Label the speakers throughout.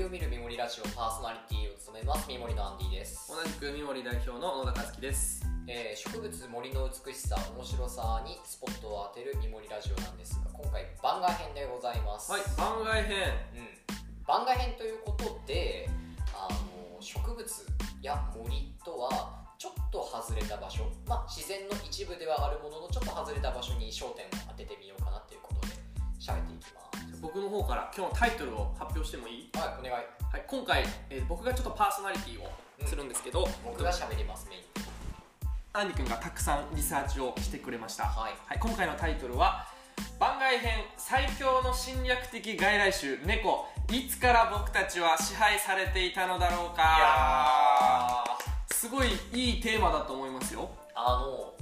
Speaker 1: ラジオパーソナリティを務めます三森のアンディです、
Speaker 2: 同じく三森代表の小野田和樹です
Speaker 1: えー植物森の美しさ面白さにスポットを当てる三森ラジオなんですが今回番外編でございます、
Speaker 2: はい番外編
Speaker 1: うん、番外編ということであの植物や森とはちょっと外れた場所、まあ、自然の一部ではあるもののちょっと外れた場所に焦点を当ててみようかなということで喋っていきます
Speaker 2: 僕の方から今日のタイトルを発表してもいい、
Speaker 1: はいお願い
Speaker 2: はい、今回、えー僕がちょっとパーソナリティをするんですけど、
Speaker 1: 僕が喋りますメインで
Speaker 2: アンディ君がたくさんリサーチをしてくれました、は
Speaker 1: はい
Speaker 2: い、今回のタイトルは「番外編最強の侵略的外来種猫いつから僕たちは支配されていたのだろう
Speaker 1: い
Speaker 2: か
Speaker 1: や」
Speaker 2: すごいいいテーマだと思いますよ
Speaker 1: ーあの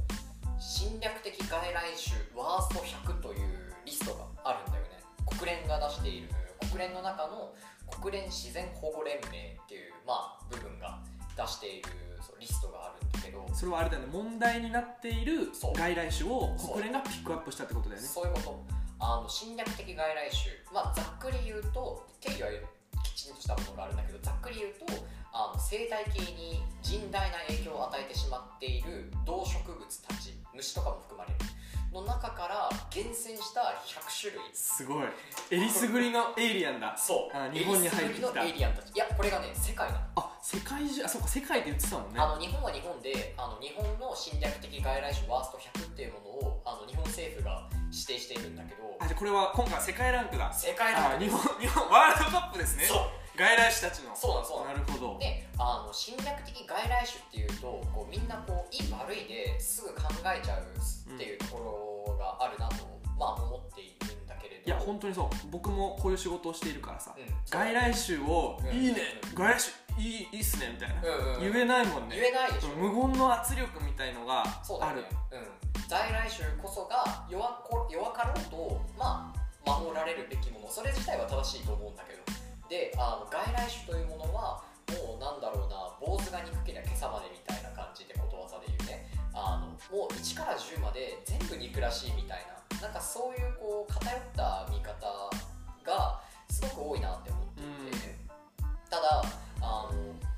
Speaker 1: 侵略的外来種ワースト100というリストがあるんだよね国連が出している国連の中の国連自然保護連盟っていう、まあ、部分が出しているそうリストがあるんだけど
Speaker 2: それはあれだよね問題になっている
Speaker 1: そう
Speaker 2: 外来種を
Speaker 1: そう
Speaker 2: 国連がピックアップしたってことだよね
Speaker 1: そういうことあの侵略的外来種、まあ、ざっくり言うと定義はきちんとしたものがあるんだけどざっくり言うとあの生態系に甚大な影響を与えてしまっている動植物たち虫とかも含まれるの中から厳選した100種類
Speaker 2: すごいえりすぐりのエイリアンだ
Speaker 1: そ
Speaker 2: あ日本に入ってきた
Speaker 1: えりすぐりのエイリアンたちいやこれがね世界なの
Speaker 2: あ世界中あそうか世界って言ってたもんね
Speaker 1: あの日本は日本であの日本の侵略的外来種ワースト100っていうものをあの日本政府が指定しているんだけど
Speaker 2: あじゃあこれは今回世界ランクだ
Speaker 1: 世界
Speaker 2: あ
Speaker 1: ランク
Speaker 2: 日
Speaker 1: で
Speaker 2: 本日本ワールドカップですね
Speaker 1: すそう
Speaker 2: 外来種たちの
Speaker 1: そうなのそうなの
Speaker 2: なるほど
Speaker 1: であの侵略的外来種っていうとこうみんなこういい悪いですぐ考えちゃうっていうところがあるなと、まあ、思っているんだけれど
Speaker 2: いや本当にそう僕もこういう仕事をしているからさ、
Speaker 1: うん
Speaker 2: 外来種を、
Speaker 1: うん
Speaker 2: いいね
Speaker 1: うん
Speaker 2: 外来種いいいいっすねみたいな、
Speaker 1: うんうん
Speaker 2: 言えないもんね
Speaker 1: 言えないでしょ、
Speaker 2: 無言の圧力みたいのがある
Speaker 1: そうだよね、うん、在来種こそが弱こ弱かろうと、まあ、守られるべきものそれ自体は正しいと思うんだけどであの外来種というものはもうなんだろうな坊主が憎けりゃ今朝までみたいな感じでことわざで言うねあのもう1から10まで全部憎らしいみたいななんかそういうこう偏った見方がすごく多いなって思っていて、ただあの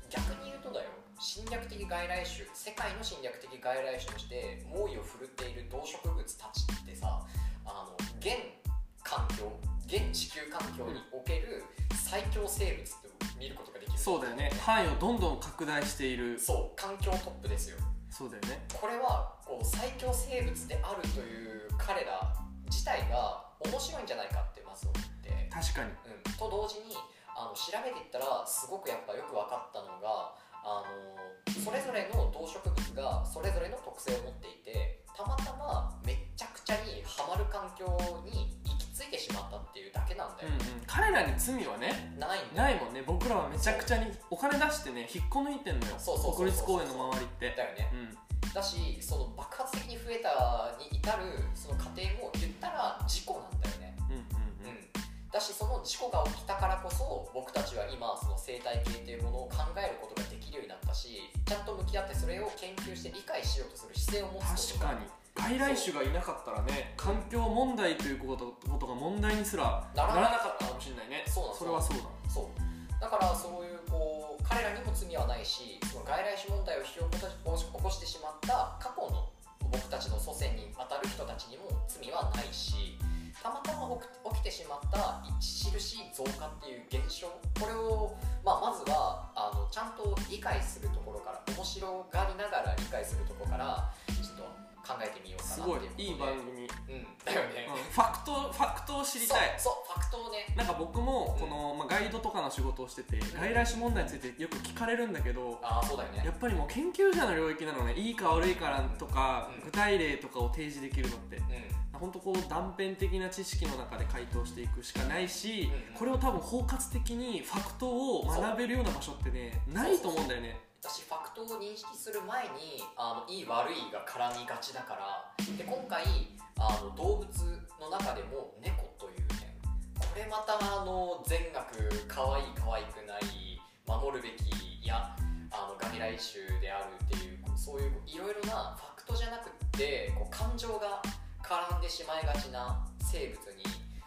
Speaker 1: 逆に言うとだよ侵略的外来種世界の侵略的外来種として猛威を振るっている動植物たちってさあの現環境現地球環境における最強生物って見ることができる
Speaker 2: そうだよね範囲をどんどん拡大している
Speaker 1: そう環境トップですよ
Speaker 2: そうだよね
Speaker 1: これはこう最強生物であるという彼ら自体が面白いんじゃないかってまず思って
Speaker 2: 確かに
Speaker 1: うん、と同時にあの調べていったらすごくやっぱよく分かったのがあのそれぞれの動植物がそれぞれの特性を持っていてたまたまめっちゃくちゃにハマる環境に行き着いてしまったっていうだけなんだ
Speaker 2: う
Speaker 1: よ
Speaker 2: ん、うん彼らに罪はね
Speaker 1: ないんだよ
Speaker 2: ないもんね僕らはめちゃくちゃにお金出してね引っこ抜いてんのよ
Speaker 1: そうそうそうそう
Speaker 2: 国立公園の周りって
Speaker 1: だよね
Speaker 2: うん
Speaker 1: だしその爆発的に増えたに至るその過程も言ったら事故なんだよね
Speaker 2: うんうんうん
Speaker 1: うん、だしその事故が起きたからこそ僕たちは今その生態系というものを考えることができるようになったしちゃんと向き合ってそれを研究して理解しようとする姿勢を持つ
Speaker 2: 確
Speaker 1: こと
Speaker 2: かに外来種がいなかったらね環境問題ということことが問題にすら
Speaker 1: な
Speaker 2: な
Speaker 1: ら
Speaker 2: ら
Speaker 1: な
Speaker 2: な
Speaker 1: かった
Speaker 2: かったかもしれないね
Speaker 1: そうなの
Speaker 2: れはそうだ
Speaker 1: そうだからそういうこう彼らにも罪はないしその外来種問題を引き起こし起こしてしまった過去の僕たちの祖先にあたる人たちにも罪はないしたまたま起き起きてしまった著しい増加っていう現象これを、まあ、まずはあのちゃんと理解するところから面白がりながら理解するところからちょっと考えてみよう
Speaker 2: す
Speaker 1: かな
Speaker 2: ご
Speaker 1: っていうことで
Speaker 2: いいい番組、うん
Speaker 1: 組、うん、だよね、
Speaker 2: ファクトファクトを知りたい
Speaker 1: そうそうファクトをね
Speaker 2: なんか僕もこの、まあ、ガイドとかの仕事をしてて外来種問題についてよく聞かれるんだけど
Speaker 1: ああそうだよね
Speaker 2: やっぱりもう研究者の領域なのねいいか悪いかなんとか
Speaker 1: うん
Speaker 2: 具体例とかを提示できるのって
Speaker 1: うん
Speaker 2: 本当こう断片的な知識の中で回答していくしかないし、
Speaker 1: うん
Speaker 2: これを多分包括的にファクトを学べるような場所ってね
Speaker 1: う
Speaker 2: ないと思うんだよね
Speaker 1: 私ファクトを認識する前にあのいい悪いが絡みがちだからで今回あの動物の中でも猫というねこれまたあの全額可愛い可愛くない守るべきいやあの外来種であるっていうそういういろいろなファクトじゃなくってこう感情が絡んでしまいがちな生物に、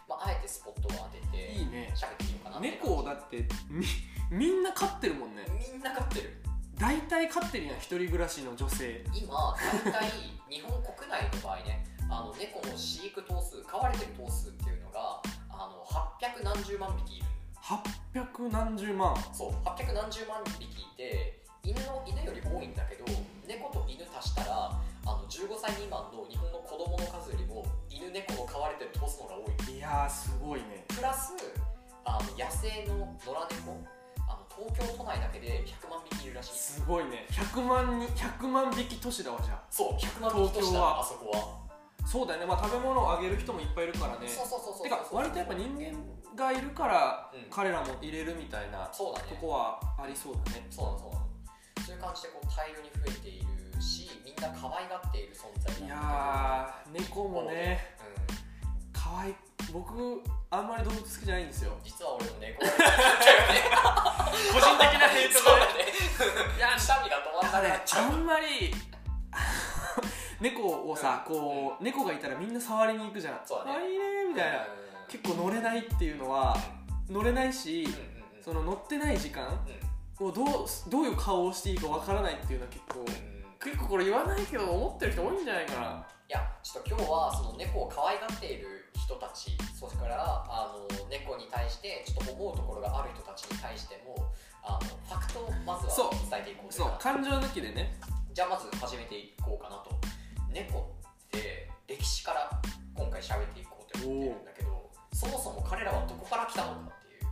Speaker 1: まああえてスポットを当てて
Speaker 2: いいね
Speaker 1: 喋ってみようかなって感じ
Speaker 2: 猫をだってみみんな飼ってるもんね
Speaker 1: みんな飼ってる
Speaker 2: 大体飼ってるやん一人暮らしの女性
Speaker 1: 今大体日本国内の場合ねあの猫の飼育頭数飼われてる頭数っていうのがあの800何十万匹いる
Speaker 2: 800何十万
Speaker 1: そう800何十万匹いて犬の犬より多いんだけど猫と犬足したらあの15歳未満の日本の子供の数よりも犬猫の飼われてる頭数の方が多い
Speaker 2: いやーすごいね
Speaker 1: プラスあの野生の野良猫あの東京都内だけで100万匹いるらしい
Speaker 2: すごいね100万に100万匹都市だわじゃあ
Speaker 1: そう100万匹とし
Speaker 2: 東京
Speaker 1: た
Speaker 2: は
Speaker 1: あそこは、
Speaker 2: そうだよねまあ食べ物をあげる人もいっぱいいるからね
Speaker 1: そうそうそうそう
Speaker 2: てか割とやっぱ人間がいるから
Speaker 1: うん
Speaker 2: 彼らも入れるみたいな
Speaker 1: そうだね
Speaker 2: とこはありそうだね
Speaker 1: そうなのそうなのそういう感じでこう大量に増えているしみんな可愛がっている存在
Speaker 2: い
Speaker 1: なんだ
Speaker 2: やー猫もね
Speaker 1: けどうん
Speaker 2: 可愛い僕あんまり動物好きじゃないんですよ
Speaker 1: 実は俺も猫
Speaker 2: 個人的なヘイト
Speaker 1: そう
Speaker 2: が
Speaker 1: だね
Speaker 2: いや
Speaker 1: くしゃみが止まんなくなっちゃ
Speaker 2: あ
Speaker 1: うん
Speaker 2: まり 猫をさこう猫がいたらみんな触りに行くじゃん
Speaker 1: そうだね
Speaker 2: 可愛いねーみたいな
Speaker 1: うん
Speaker 2: 結構乗れないっていうのは乗れないし
Speaker 1: うんうんうん
Speaker 2: その乗ってない時間
Speaker 1: うん
Speaker 2: をどうどういう顔をしていいかわからないっていうのは結構
Speaker 1: うん
Speaker 2: 結構これ言わないけど思ってる人多いんじゃないかない
Speaker 1: やちょっと今日はその猫を可愛がっている人たちそれからあの猫に対してちょっと思うところがある人たちに対してもあのファクトをまず
Speaker 2: そ
Speaker 1: は
Speaker 2: う
Speaker 1: 伝えていこうとい
Speaker 2: そうう
Speaker 1: か
Speaker 2: 感情抜きでね
Speaker 1: じゃあまず始めていこうかなと猫って歴史から今回喋っていこうと思ってるんだけどそもそも彼らはどこから来たのかっていう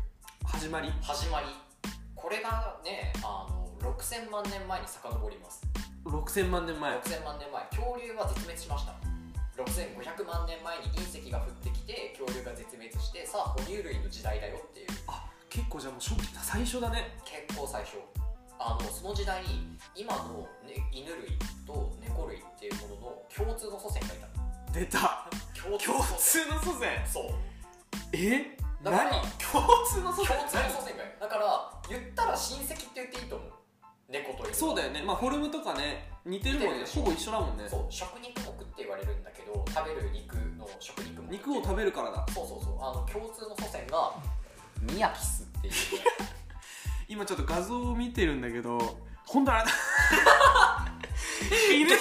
Speaker 2: 始まり
Speaker 1: 始まりこれがねあの6000万年前に遡ります
Speaker 2: 6000万年前
Speaker 1: 6000万年前恐竜は絶滅しました6500万年前に隕石が降ってきて恐竜が絶滅してさあ哺乳類の時代だよっていう
Speaker 2: あ結構じゃあもう初期だ最初だね
Speaker 1: 結構最初あのその時代今の、ね、犬類と猫類っていうものの共通の祖先がいた
Speaker 2: 出た
Speaker 1: 共通
Speaker 2: 共
Speaker 1: の祖先
Speaker 2: 通の祖先
Speaker 1: そう
Speaker 2: え
Speaker 1: だから
Speaker 2: 何共通の祖
Speaker 1: 共
Speaker 2: 先
Speaker 1: 通の祖先がいるだから言ったら親戚って言っていいと思う猫と犬
Speaker 2: そうだよねまあフォルムとかね似てるもん
Speaker 1: 似てる
Speaker 2: ね
Speaker 1: でしょ
Speaker 2: ほぼ一緒だもんね
Speaker 1: そう食肉目って言われるんだけど食べる肉の食肉目
Speaker 2: 肉を食べるからだ
Speaker 1: そうそうそうあの共通の祖先がニアキスって いう
Speaker 2: 今ちょっと画像を見てるんだけど本 当あれだ 犬犬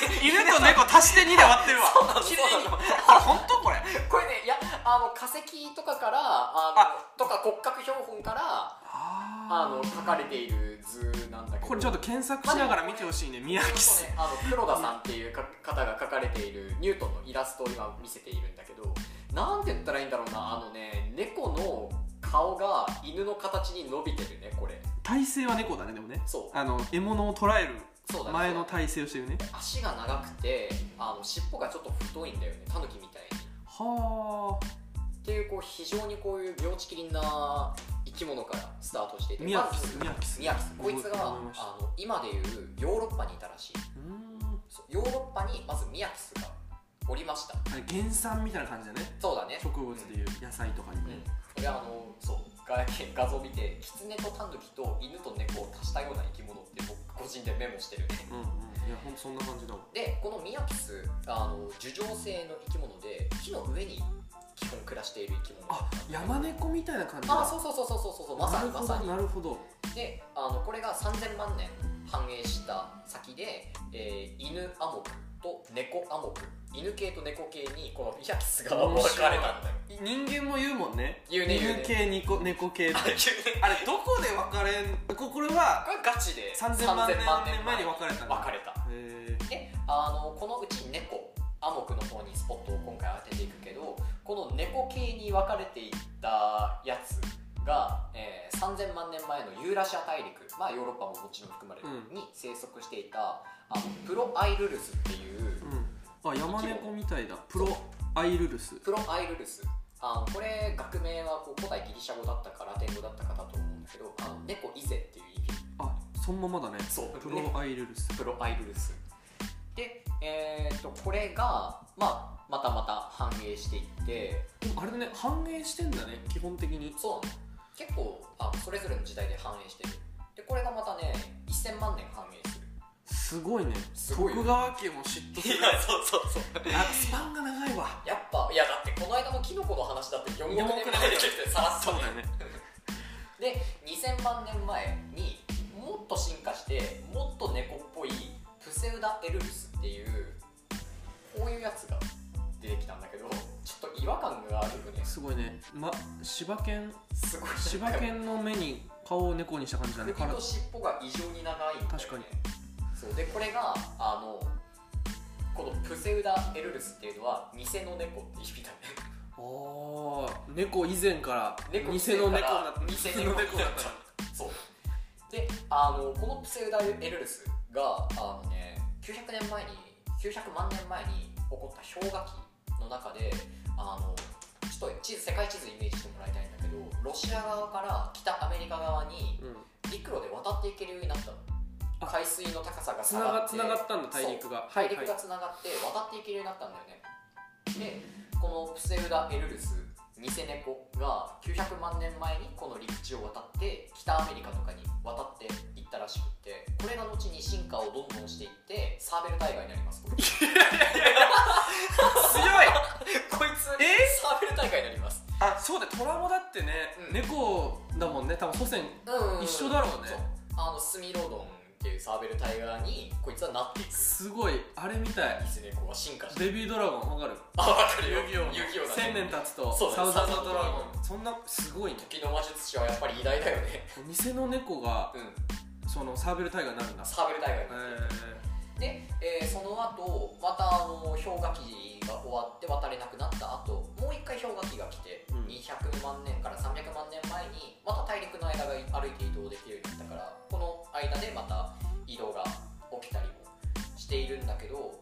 Speaker 2: と猫足して2で割ってるわ綺麗に
Speaker 1: そうなの
Speaker 2: あ本当これ
Speaker 1: これねいやあの化石とかからあのとか骨格標本からあ
Speaker 2: あ
Speaker 1: の書かれている図なんだけど
Speaker 2: これちょっと検索しながら見てほしいね宮城さん
Speaker 1: ね、あの黒田さんっていうか方が書かれているニュートンのイラストを今見せているんだけどなんて言ったらいいんだろうなあのね猫の顔が犬の形に伸びてるねこれ
Speaker 2: 体勢は猫だねでもね
Speaker 1: そう
Speaker 2: あの獲物を捕らえる
Speaker 1: そうだね
Speaker 2: 前の体勢をしてるね
Speaker 1: 足が長くてあの尻尾がちょっと太いんだよねタヌキみたいに
Speaker 2: はあ
Speaker 1: っていうこう非常にこういう病地キリンな生き物からスタートしていて
Speaker 2: 宮
Speaker 1: ま
Speaker 2: 城
Speaker 1: ず
Speaker 2: 宮城さん
Speaker 1: 宮城こいつが
Speaker 2: 思いました
Speaker 1: あの今でいうヨーロッパにいたらしいう
Speaker 2: ー
Speaker 1: そうヨーロッパにまず宮城がおりました
Speaker 2: んあれ原産みたいな感じだね
Speaker 1: そうだね
Speaker 2: 植物でいう野菜とかに
Speaker 1: うん
Speaker 2: ね、
Speaker 1: これあのそう画画像見てキツネとタヌキと犬と猫を足したような生き物って僕個人でメモしてるね
Speaker 2: うんうんいやほんとそんな感じだわ
Speaker 1: でこのミヤキスあの樹状性の生き物で木の上に基本暮らしている生き物
Speaker 2: あ山猫みたいな感じだ
Speaker 1: あそうそうそうそうそうそうまさにまさに
Speaker 2: なるほどなるほ
Speaker 1: であのこれが3000万年繁栄した先で、えー犬アモクと猫アモク犬系と猫系にこのミヤキスが分かれたんだよ
Speaker 2: ど人間も言うもんね
Speaker 1: 言うね言うね
Speaker 2: 犬系猫猫系って
Speaker 1: あ急に
Speaker 2: あれどこで分かれんここれは
Speaker 1: これガチで
Speaker 2: 3000万年前に
Speaker 1: 分
Speaker 2: 分かれたんだ
Speaker 1: かれた
Speaker 2: へえ
Speaker 1: であのこのうち猫アモクの方にスポットを今回当てていくけどこの猫系に分かれていったやつが、えー3000万年前のユーラシア大陸、まあ、ヨーロッパももちろん含まれる、
Speaker 2: う
Speaker 1: に生息していたあのプロアイルルスっていう
Speaker 2: うんあ山猫みたいだプロアイルルス
Speaker 1: プロアイルルスあのこれ学名はこう古代ギリシャ語だったかラテン語だったかだと思うんだけどあの猫イゼっていう意味
Speaker 2: あそのままだね
Speaker 1: そう
Speaker 2: プロアイルルス
Speaker 1: プロアイルルスで、えー、とこれが、まあ、またまた繁栄していって
Speaker 2: でもあれだね繁栄してんだね基本的に
Speaker 1: そうなの結構あそれぞれの時代で繁栄してるでこれがまたね1000万年繁栄する
Speaker 2: すごいね
Speaker 1: すごいよ
Speaker 2: 徳川家も嫉妬する
Speaker 1: そうそうそう
Speaker 2: あスパンが長いわ
Speaker 1: やっぱいやだってこの間もキノコの話だって4億年前でさらっと
Speaker 2: だよね
Speaker 1: で2000 1000万年前にもっと進化してもっと猫っぽいプセウダエルリスっていうこういうやつが出てきたんだけどちょっと違和感があるよね
Speaker 2: すごいね、ま、柴犬
Speaker 1: すごい
Speaker 2: 柴犬の目に顔を猫にした感じだね
Speaker 1: 首
Speaker 2: から
Speaker 1: と尻尾が異常に長いんだよ、ね、
Speaker 2: 確かに
Speaker 1: そうでこれがあのこのプセウダエルルスっていうのは偽の猫って意味だね
Speaker 2: ああ猫以前から偽
Speaker 1: 猫
Speaker 2: の
Speaker 1: 以前
Speaker 2: 猫になっ
Speaker 1: から
Speaker 2: た
Speaker 1: 偽の猫だったそうであのこのプセウダエルルスがあのね900年前に900万年前に起こった氷河期の中であのちょっと地図世界地図イメージしてもらいたいんだけどロシア側から北アメリカ側に
Speaker 2: うん
Speaker 1: 陸路で渡っていけるようになったの
Speaker 2: あ
Speaker 1: 海水の高さが
Speaker 2: つ
Speaker 1: 下
Speaker 2: な
Speaker 1: が
Speaker 2: が
Speaker 1: って
Speaker 2: つながったんだ大陸が
Speaker 1: そう 大陸
Speaker 2: はい
Speaker 1: がつながって渡っていけるようになったんだよね、でこのプセウダ・エルルス偽猫が900万年前にこの陸地を渡って北アメリカとかに渡っていったらしくってこれが後に進化をどんどんしていってサーベル大河になりますこれこい
Speaker 2: 強い
Speaker 1: つ
Speaker 2: え
Speaker 1: サーベル大河になります
Speaker 2: あそうだトラもだってね、
Speaker 1: うん
Speaker 2: 猫だもんね多分祖先
Speaker 1: う
Speaker 2: 一緒だろうね
Speaker 1: そうあのスミロドンっていうサーベル大河にこいつはなっていく
Speaker 2: すごいあれみたい
Speaker 1: 偽猫は進化して
Speaker 2: ベビードラゴンわかる
Speaker 1: あわかるよ
Speaker 2: 遊戯王の
Speaker 1: 遊戯王だね
Speaker 2: 千年経つと
Speaker 1: そうだ
Speaker 2: サ
Speaker 1: ね
Speaker 2: ウザンドドラ
Speaker 1: サウザンドドラ
Speaker 2: ゴンそんなすごいね
Speaker 1: 時の魔術師はやっぱり偉大だよね
Speaker 2: 偽の猫が
Speaker 1: うん
Speaker 2: そのサーベルタイガーになるんだ
Speaker 1: サーベル大会
Speaker 2: え
Speaker 1: になってで、えーその後またあの氷河期が終わって渡れなくなった後もう一回氷河期が来て、
Speaker 2: うん
Speaker 1: 200万年から300万年前にまた大陸の間が歩いて移動できるようになったからこの間でまた移動が起きたりもしているんだけど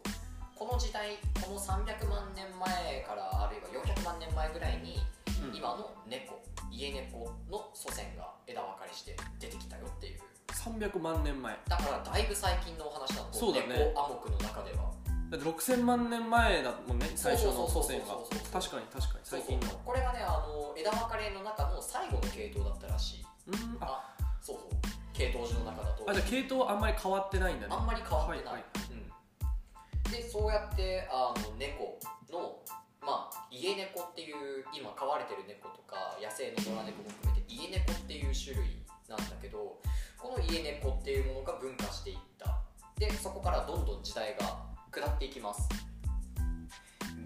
Speaker 1: この時代この300万年前からあるいは400万年前ぐらいに
Speaker 2: ーうん
Speaker 1: 今の猫家猫の祖先が枝分かれして出てきたよっていう
Speaker 2: 300万年前
Speaker 1: だからだいぶ最近のお話なの
Speaker 2: そうだね
Speaker 1: 猫アモクの中では
Speaker 2: だって6000万年前だもんね最初の
Speaker 1: そう
Speaker 2: 祖
Speaker 1: そうそうそう
Speaker 2: 先が
Speaker 1: そうそうそう
Speaker 2: 確かに確かに最近の
Speaker 1: そうそうこれがねあの枝分かれの中の最後の系統だったらしい
Speaker 2: うんあ
Speaker 1: あそうそう系統樹の中だと
Speaker 2: あじゃあ系統あんまり変わってないんだね
Speaker 1: あんまり変わってない、
Speaker 2: は
Speaker 1: うん、
Speaker 2: いはい
Speaker 1: でそうやってあの猫のまあ家猫っていう今飼われてる猫とか野生の野良猫も含めて家猫っていう種類なんだけどこの家猫っていうものが分化していったでそこからどんどん時代が下っていきます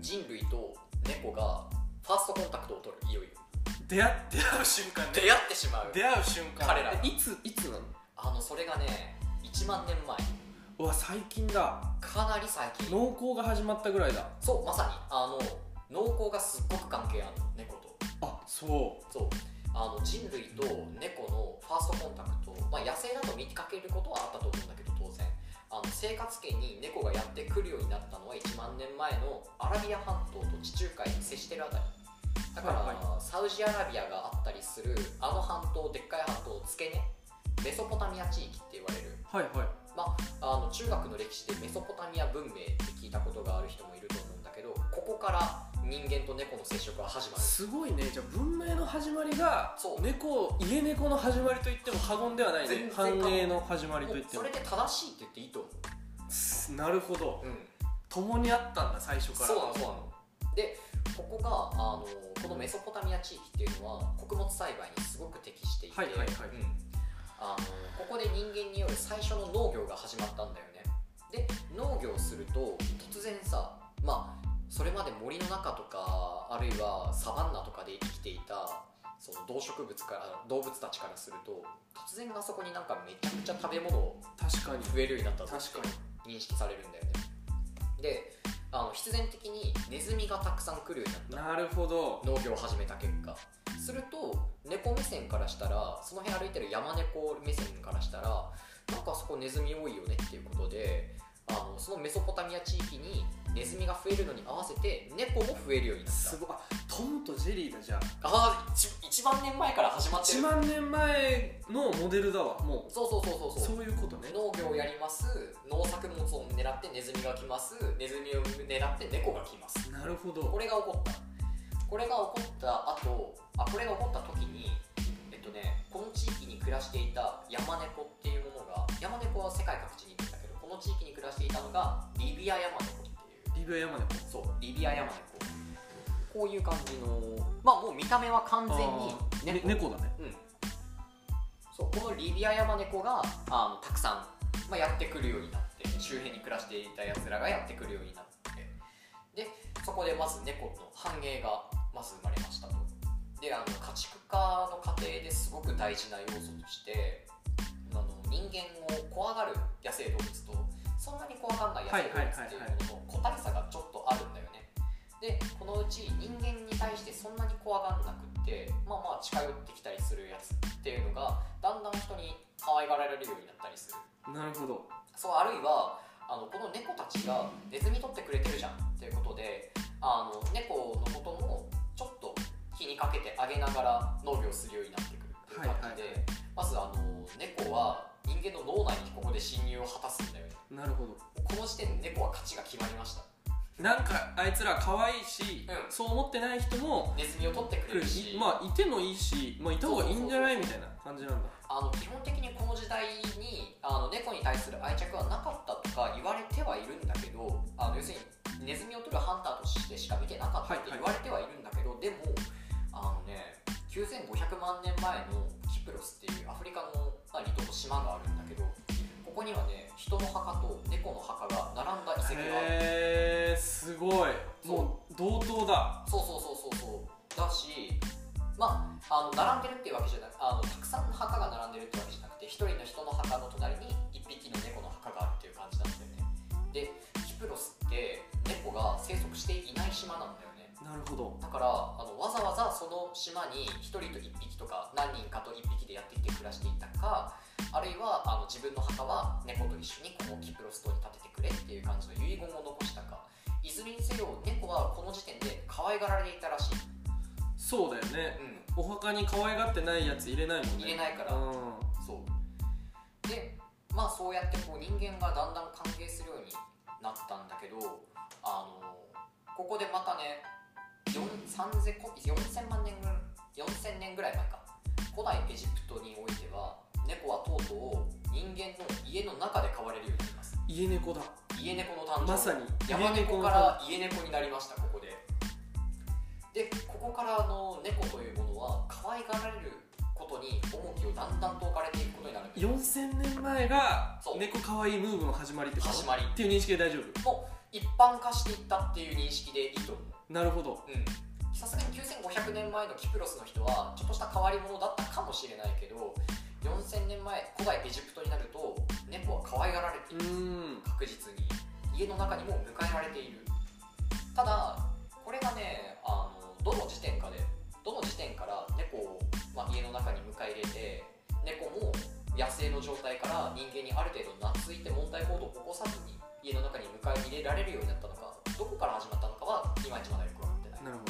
Speaker 1: 人類と猫がファーストコンタクトを取るいよいよ
Speaker 2: 出会出会う瞬間
Speaker 1: 出会ってしまう
Speaker 2: 出会う瞬間
Speaker 1: 彼ら
Speaker 2: えいついつなの
Speaker 1: あのそれがね1万年前
Speaker 2: うわ最近だ
Speaker 1: かなり最近
Speaker 2: 農耕が始まったぐらいだ
Speaker 1: そうまさにあの農耕がすっごく関係あるの猫と
Speaker 2: あそ
Speaker 1: そうあの人類と猫のファーストコンタクト、まあ、野生だと見かけることはあったと思うんだけど当然あの生活圏に猫がやってくるようになったのは1万年前のアラビア半島と地中海に接してるあたりだから、
Speaker 2: はい
Speaker 1: サウジアラビアがあったりするあの半島でっかい半島付け根メソポタミア地域って言われる
Speaker 2: うはいはい
Speaker 1: まあ、あの中学の歴史でメソポタミア文明って聞いたことがある人もいると思うんだけどここから人間と猫の接触が始まる
Speaker 2: すごいねじゃあ文明の始まりが
Speaker 1: そう
Speaker 2: 猫家猫の始まりと言っても過言ではない
Speaker 1: 全
Speaker 2: ね
Speaker 1: 然過
Speaker 2: 繁
Speaker 1: 言
Speaker 2: 栄の始まりと
Speaker 1: もう
Speaker 2: 言って
Speaker 1: そ
Speaker 2: も
Speaker 1: れで正しいって言っていいと思う、
Speaker 2: すなるほど
Speaker 1: うん、
Speaker 2: 共にあったんだ最初から
Speaker 1: そうなのそうなのでここがあのこのメソポタミア地域っていうのは穀物栽培にすごく適していて、
Speaker 2: はいはいはい
Speaker 1: うんあのここで人間による最初の農業が始まったんだよねで農業をすると突然さまあそれまで森の中とかあるいはサバンナとかで生きていたその動植物から動物たちからすると突然あそこになんかめちゃくちゃ食べ物
Speaker 2: 確かに
Speaker 1: 増えるようになったぞ
Speaker 2: 確か
Speaker 1: 認識されるんだよねであの必然的にネズミがたくさん来るように
Speaker 2: に
Speaker 1: なっ
Speaker 2: なるほど
Speaker 1: た農業を始めた結果すると猫目線からしたらその辺歩いてる山猫目線からしたらなんかあそこネズミ多いよねっていうことであのそのメソポタミア地域にネズミが増えるのに合わせて猫も増えるようになっ
Speaker 2: すごいあトムとジェリーだじゃあ
Speaker 1: たああ 1, 万年前から始まって
Speaker 2: 1
Speaker 1: る
Speaker 2: 万年前のモデルだわも
Speaker 1: そうそうそうそうそう
Speaker 2: うそういうことね
Speaker 1: 農業をやります農作物を狙ってネズミが来ますネズミを狙って猫が来ます
Speaker 2: なるほ
Speaker 1: こ
Speaker 2: ど
Speaker 1: れが起こったこれが起こった後あこれが起こった時にえっとねこの地域に暮らしていた山猫っていうものが山猫は世界各地にいるんだけどこの地域に暮らしていたのがリビア山猫っていう
Speaker 2: リビア山猫
Speaker 1: そうリビア山猫こういう感じのまあもう見た目は完全に
Speaker 2: あーね
Speaker 1: 猫
Speaker 2: 猫だね
Speaker 1: うん、そそうこのリビアヤマネコがあのたくさん、まあ、やってくるようになって周辺に暮らしていたやつらがやってくるようになってでそこでまず猫の繁栄がまず生まれましたとであの家畜化の過程ですごく大事な要素としてあの人間を怖がる野生動物とそんなに怖がらない野生動物っていうものの個体差がちょっとあるんだよねでこのうち人間に対してそんなに怖がんなくってまあまあ近寄ってきたりするやつっていうのがだんだん人に可愛がられるようになったりする
Speaker 2: なるほど
Speaker 1: そうあるいはあのこの猫たちがネズミ取ってくれてるじゃんっていうことであの猫のこともちょっと気にかけてあげながら農業するようになってくるっていう感じで、
Speaker 2: はいはいはい
Speaker 1: まずあの猫は人間の脳内にここで侵入を果たすんだよね
Speaker 2: なるほど
Speaker 1: この時点で猫は勝ちが決まりました
Speaker 2: なんかあいつら可愛いし、
Speaker 1: うん
Speaker 2: そう思ってない人も
Speaker 1: ネズミを取ってくれるし、
Speaker 2: いまあいてもいいし、まあ、いた方がいいんじゃないみたいな感じなんだ
Speaker 1: あの基本的にこの時代にあの猫に対する愛着はなかったとか言われてはいるんだけどあの要するにネズミを取るハンターとしてしか見てなかったって
Speaker 2: はいはい
Speaker 1: 言われてはいるんだけど、でもあのね9500万年前のキプロスっていうアフリカの、まあ、離島の島があるんだけどここにはね人の墓と猫の墓が並んだ遺跡がある
Speaker 2: へえすごい
Speaker 1: そう
Speaker 2: もう同等だ
Speaker 1: そうそうそうそうそうだしまああの並んでるっていうわけじゃなくあのたくさんの墓が並んでるってわけじゃなくて一人の人の墓の隣に一匹の猫の墓があるっていう感じなんだよねでキプロスって猫が生息していない島なんだよね
Speaker 2: なるほど
Speaker 1: だからあのわざわざその島に1人と1匹とか何人かと1匹でやってきて暮らしていたかあるいはあの自分の墓は猫と一緒にこのキプロス島に建ててくれっていう感じの遺言を残したかいずれにせよ猫はこの時点で可愛がられていたらしい、
Speaker 2: そうだよね
Speaker 1: う
Speaker 2: お墓に可愛がってないやつ入れないもんね
Speaker 1: 入れないから
Speaker 2: うん
Speaker 1: ん、そうでまあそうやってこう人間がだんだん関係するようになったんだけどあのここでまたね4 3000こ4000万年ぐらい4000年ぐらい前か古代エジプトにおいては猫はとうとう人間の家の中で飼われるようになります
Speaker 2: 家猫だ
Speaker 1: 家猫の誕生
Speaker 2: まさに
Speaker 1: 山
Speaker 2: 家
Speaker 1: 猫
Speaker 2: の
Speaker 1: から家猫になりましたここででここからの猫というものは可愛がられることに重きをだんだんと置かれていくことになるんです
Speaker 2: 4000年前が
Speaker 1: そう
Speaker 2: 猫可愛いムーブの始まりってこと
Speaker 1: 始まり
Speaker 2: っていう認識で大丈
Speaker 1: もう一般化していったっていう認識でいいと思う
Speaker 2: 夫なるほど
Speaker 1: うんさすがに9500年前のキプロスの人はちょっとした変わり者だったかもしれないけど4000年前古代エジプトになると猫は可愛がられてい
Speaker 2: う
Speaker 1: る
Speaker 2: ーん
Speaker 1: 確実に家の中にも迎えられているただこれがねあのどの時点かでどの時点から猫を、まあ、家の中に迎え入れて猫も野生の状態から人間にある程度懐いて問題行動を起こさずに家の中に迎え入れられるようになったのかどこから始まったのかはいまいちまだよく分かってない
Speaker 2: なるほ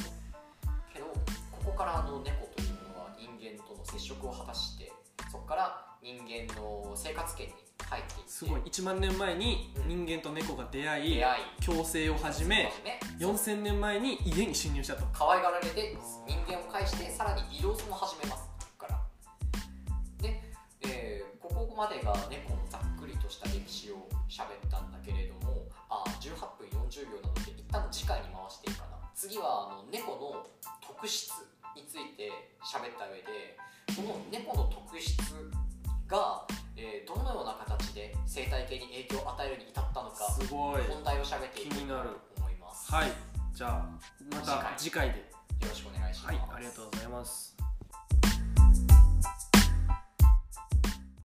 Speaker 1: けどここからあの猫というものは人間との接触を果たしてそこから人間の生活圏に入っていって
Speaker 2: どすごい1万年前に人間と猫が出会い
Speaker 1: 出会い
Speaker 2: 共生を始め
Speaker 1: そう
Speaker 2: 4000年前に家に侵入したと
Speaker 1: 可愛がられて人間を介してさらに移動も始めますここからで、えーここまでが猫のざっくりとした歴史を喋ったんだけれどもあ18分40秒なので一旦次回に回していいかな次はあの猫の特質について喋った上でこの猫の特質が、えーどのような形で生態系に影響を与えるに至ったのか
Speaker 2: すごい
Speaker 1: 問題を喋ってい
Speaker 2: 気
Speaker 1: こ
Speaker 2: になる
Speaker 1: うと思います、
Speaker 2: はいじゃあまた次回で
Speaker 1: よろしくお願いします、
Speaker 2: はいありがとうございます